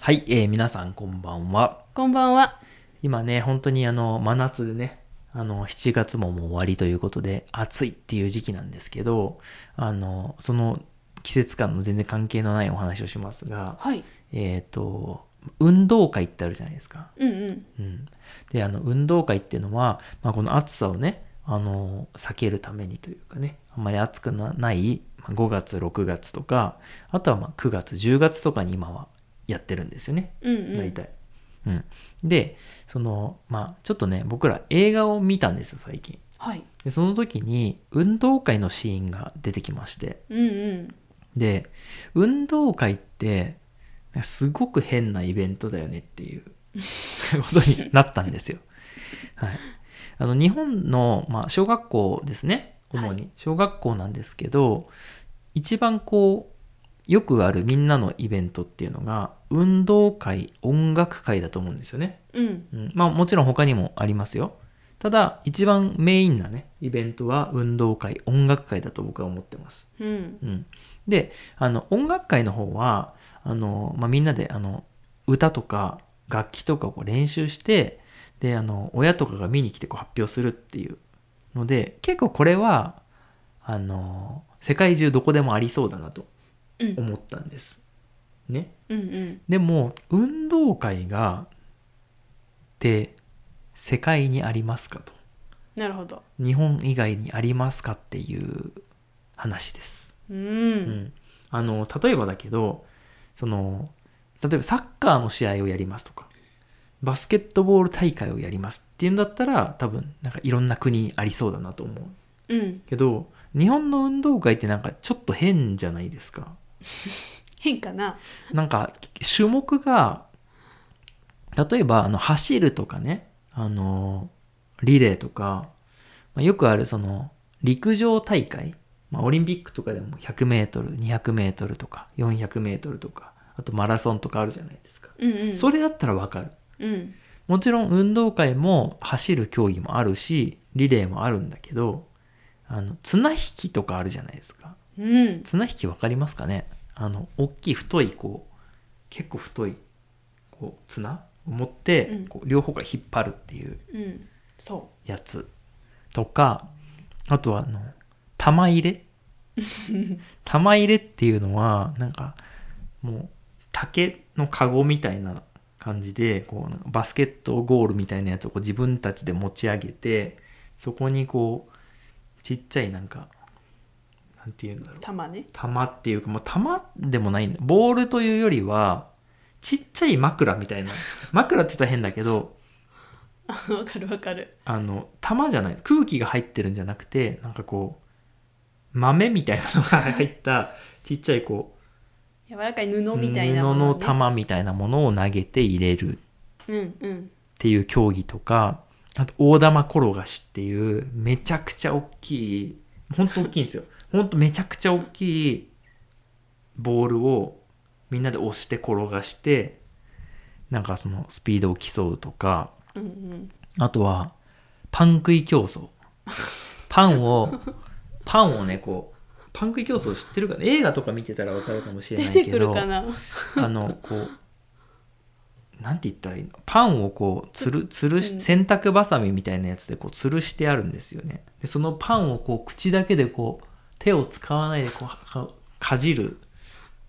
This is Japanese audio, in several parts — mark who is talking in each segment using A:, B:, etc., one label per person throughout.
A: はい、えー皆さんこんばんは。
B: こんばんは。
A: 今ね、本当にあの、真夏でね、あの、7月ももう終わりということで、暑いっていう時期なんですけど、あの、その季節感の全然関係のないお話をしますが、
B: はい。
A: えっ、と、運動会ってあるじゃないですか。
B: うんうん。
A: うん、であの運動会っていうのは、まあ、この暑さをねあの避けるためにというかねあんまり暑くなないまあ5月6月とかあとはまあ9月10月とかに今はやってるんですよね
B: うんうん。
A: 大体。うん、でそのまあちょっとね僕ら映画を見たんですよ最近。
B: はい。
A: でその時に運動会のシーンが出てきまして
B: うんうん。
A: で運動会ってなんかすごく変なイベントだよねっていうことになったんですよ。はい、あの日本の、まあ、小学校ですね主
B: は
A: に小学校なんですけど一番こうよくあるみんなのイベントっていうのが運動会音楽会だと思うんですよね。
B: うん。
A: うん、まあもちろん他にもありますよ。ただ一番メインなねイベントは運動会音楽会だと僕は思ってます。
B: うん。
A: うん、であの音楽会の方はあの、まあ、みんなであの歌とか楽器とかをこう練習してであの親とかが見に来てこう発表するっていうので結構これはあの世界中どこでもありそうだなと
B: うん。
A: 思ったんです。ね、
B: うんうん。
A: でも運動会がって世界にありますかと
B: なるほど。
A: 日本以外にありますかっていう話です。
B: う。
A: うんん、あの例えばだけどその例えばサッカーの試合をやりますとかバスケットボール大会をやりますっていうんだったら多分なんかいろんな国ありそうだなと思う
B: うん。
A: けど日本の運動会ってなんかちょっと変じゃないですか
B: 変かな。
A: なんか種目が例えばあの走るとかねあのリレーとか、まあよくあるその陸上大会、まあ、オリンピックとかでも 100m200m とか 400m とかあとマラソンとかあるじゃないですか、
B: うんうん。
A: それだったらわかる
B: うん。
A: もちろん運動会も走る競技もあるしリレーもあるんだけどあの綱引きとかあるじゃないですか
B: うん。
A: 綱引きわかりますかねあの大きい太いこう結構太いこう綱を持って、
B: うん
A: こう両方が引っ張るっていう
B: うん。そ
A: やつとかあとはあの玉入 れ玉入れっていうのはなんかもう竹のカゴみたいな感じでこうなんかバスケットゴールみたいなやつをこう自分たちで持ち上げてそこにこうちっちゃいなんかなんていうんだろう
B: う。玉ね。
A: 玉っていうかもう玉でもないんだボールというよりはちっちゃい枕みたいな枕って言ったら変だけど
B: あわかるわかる。
A: あの玉じゃない空気が入ってるんじゃなくてなんかこう豆みたいなのが入ったちっちゃいこう
B: 柔らかい布
A: 布
B: みたいなもの、
A: の。玉みたいなものを投げて入れるっ
B: うんうん。
A: ていう競技とかあと大玉転がしっていうめちゃくちゃ大きいほんと大きいんですよほんとめちゃくちゃ大きいボールをみんなで押して転がしてなんかそのスピードを競うとか
B: うんうん。
A: あとはパン食い競争パンをパンをねこうパン食い競争知ってるかな映画とか見てたらわかるかもしれ
B: 出
A: ない
B: て
A: け
B: く
A: ど
B: るかな。
A: あのこうなんて言ったらいいのパンをこうつるつる
B: う
A: し
B: ん
A: 洗濯ばさみみたいなやつでこう吊るしてあるんですよねでそのパンをこう口だけでこう手を使わないでこうかかじる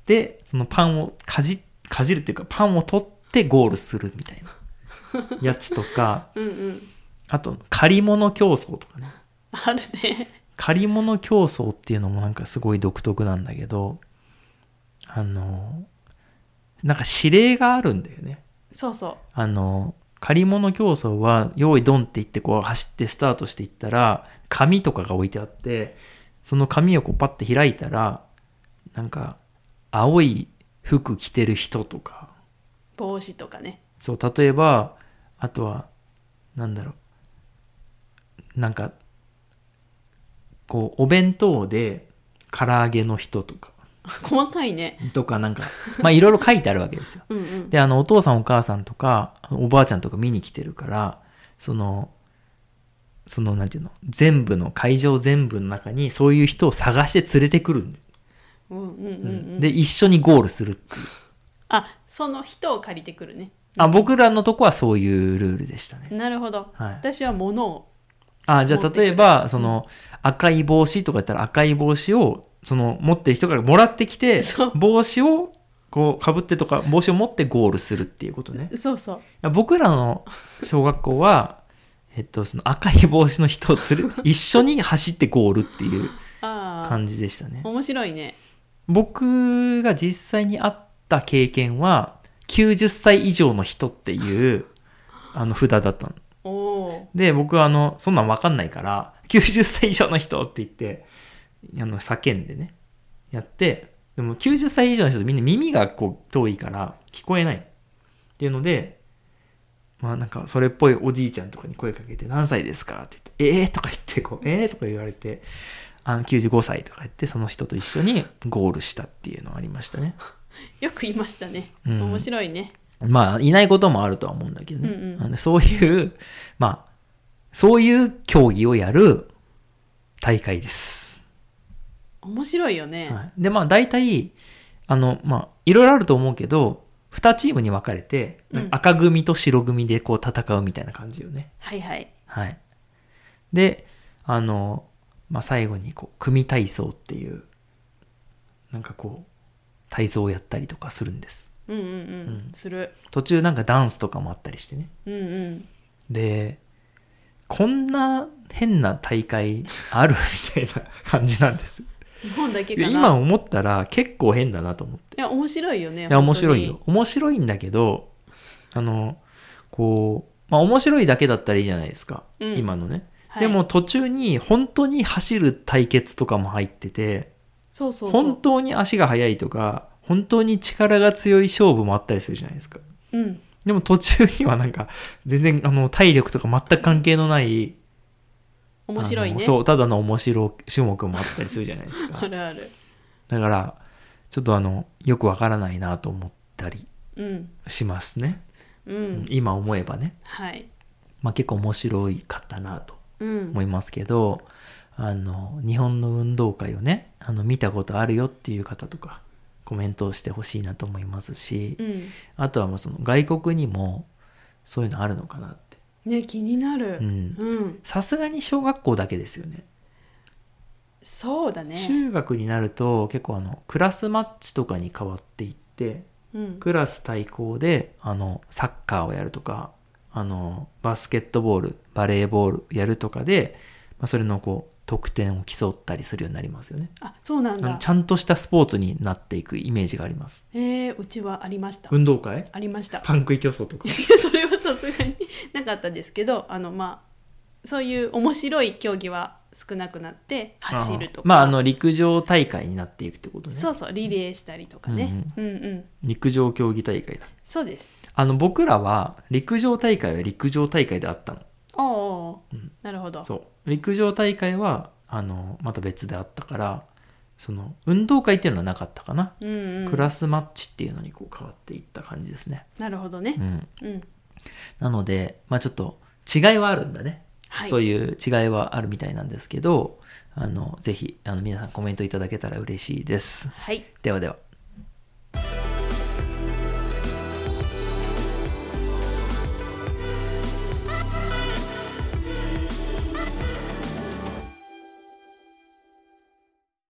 A: でそのパンをかじかじるっていうかパンを取ってゴールするみたいなやつとか
B: うんうん。
A: あと借り物競争とかね
B: あるね。
A: 借り物競争っていうのもなんかすごい独特なんだけどあのなんか指令があるんだよね
B: そうそ
A: あの借り物競争は用意ドンって言ってこう走ってスタートしていったら紙とかが置いてあってその紙をこうパッて開いたらなんか青い服着てる人とか
B: う。帽子とかね。
A: そう例えばあとはなんだろうなんかこうお弁当で唐揚げの人とか
B: 細かいね。
A: とか なんかまあいろいろ書いてあるわけですよ。
B: うんうん。
A: であのお父さんお母さんとかおばあちゃんとか見に来てるからそのそのなんていうの全部の会場全部の中にそういう人を探して連れてくるんだよ
B: うんうんうんう
A: うん
B: ん。
A: で一緒にゴールするっていう
B: あその人を借りてくるね
A: あ僕らのとこはそういうルールでしたね
B: なるほど
A: はい
B: 私は物を
A: あじゃ
B: 持
A: あ
B: ってくる
A: 例えばその赤い帽子とかやったら赤い帽子をその持ってる人からもらってきて
B: そう
A: 帽子をこうかぶってとか帽子を持ってゴールするっていうこと ね
B: そうそう
A: 僕らの小学校はえっとその赤い帽子の人を連 れ一緒に走ってゴールっていう
B: ああ
A: 感じでしたね
B: 面白いね
A: 僕が実際に会った経験は90歳以上の人っていうあの札だったの
B: おお
A: で僕はあのそんなん分かんないから90歳以上の人って言ってあの叫んでねやってでも90歳以上の人ってみんな耳がこう遠いから聞こえないっていうのでまあなんかそれっぽいおじいちゃんとかに声かけて「何歳ですか?」って言って「ええー」とか言ってこう「ええー」とか言われてあの95歳とか言ってその人と一緒にゴールしたっていうのはありましたね
B: よく言いましたね、
A: うん
B: 面白いね
A: まあいないこともあるとは思うんだけどね、
B: うんうん
A: あのそういうまあそういう競技をやる大会です、
B: 面白いよね、
A: はい、でまあ大体あのまあいろいろあると思うけど2チームに分かれて
B: うん
A: 赤組と白組でこう戦うみたいな感じよね、
B: はい、はい
A: はいであの、まあ、最後にこう組体操っていうなんかこう体操をやったりとかするんです
B: うんうんうん、
A: うん
B: する
A: 途中なんかダンスとかもあったりしてね
B: うんうん
A: でこんな変な大会あるみ たいな感じなんです
B: 日本だけ
A: い
B: か
A: や
B: な
A: 今思ったら結構変だなと思って
B: いや面白いよね
A: いや面
B: 本当
A: 白
B: に
A: いよ面白いんだけどあのこうまあ面白いだけだったらいいじゃないですか、
B: うん
A: 今のね、
B: は
A: で
B: い
A: も途中に本当に走る対決とかも入ってて
B: そうそうそ
A: 本
B: う
A: 当に足が速いとか本当に力が強い勝負もあったりするじゃないですか
B: うん
A: でも途中にはなんか全然あの体力とか全く関係のない
B: 面白い
A: あの
B: ね
A: そうただの面白種目もあったりするじゃないです
B: あ
A: か
B: るある
A: だからちょっとあのよくわからないなと思ったり
B: うん
A: しますね、
B: うん、
A: うん今思えばね、
B: はい
A: まあ、結構面白いかったなと
B: うん
A: 思いますけど、あの日本の運動会をねあの見たことあるよっていう方とかコメントをしてほしいなと思いますし、
B: うん
A: あとはもうその外国にもそういうのあるのかなって
B: ね気になる
A: うん
B: うん、
A: さすがに小学校だけですよね
B: そうだね
A: 中学になると結構あのクラスマッチとかに変わっていって
B: うん
A: クラス対抗であのサッカーをやるとかあのバスケットボールバレーボールやるとかで、まあ、それのこう得点を競ったりするようになりますよね
B: あそうなん
A: あ
B: だ
A: のちゃんとしたスポーツになっていくイメージがあります
B: えー、うちはありました、
A: 運動会
B: ありました
A: パン食い競争とか
B: い やそれはさすがになかったですけどあのまあそういう面白い競技は少なくなって走ると
A: あ
B: か
A: まああの陸上大会になっていくってことね
B: そうそうリレーしたりとかね、うんうん
A: 陸上競技大会だ
B: そうです
A: あの僕らは陸上大会は陸上大会であったの
B: おうおう、
A: うん
B: なるほど
A: そう陸上大会はあのまた別であったからその運動会っていうのはなかったかな、
B: う、んうん、
A: クラスマッチっていうのにこう変わっていった感じですね、
B: なるほどね
A: う、ん、
B: うん
A: なのでまあちょっと違いはあるんだね、
B: はい
A: そういう違いはあるみたいなんですけどあのぜひあの皆さんコメントいただけたら嬉しいです
B: はい
A: ではでは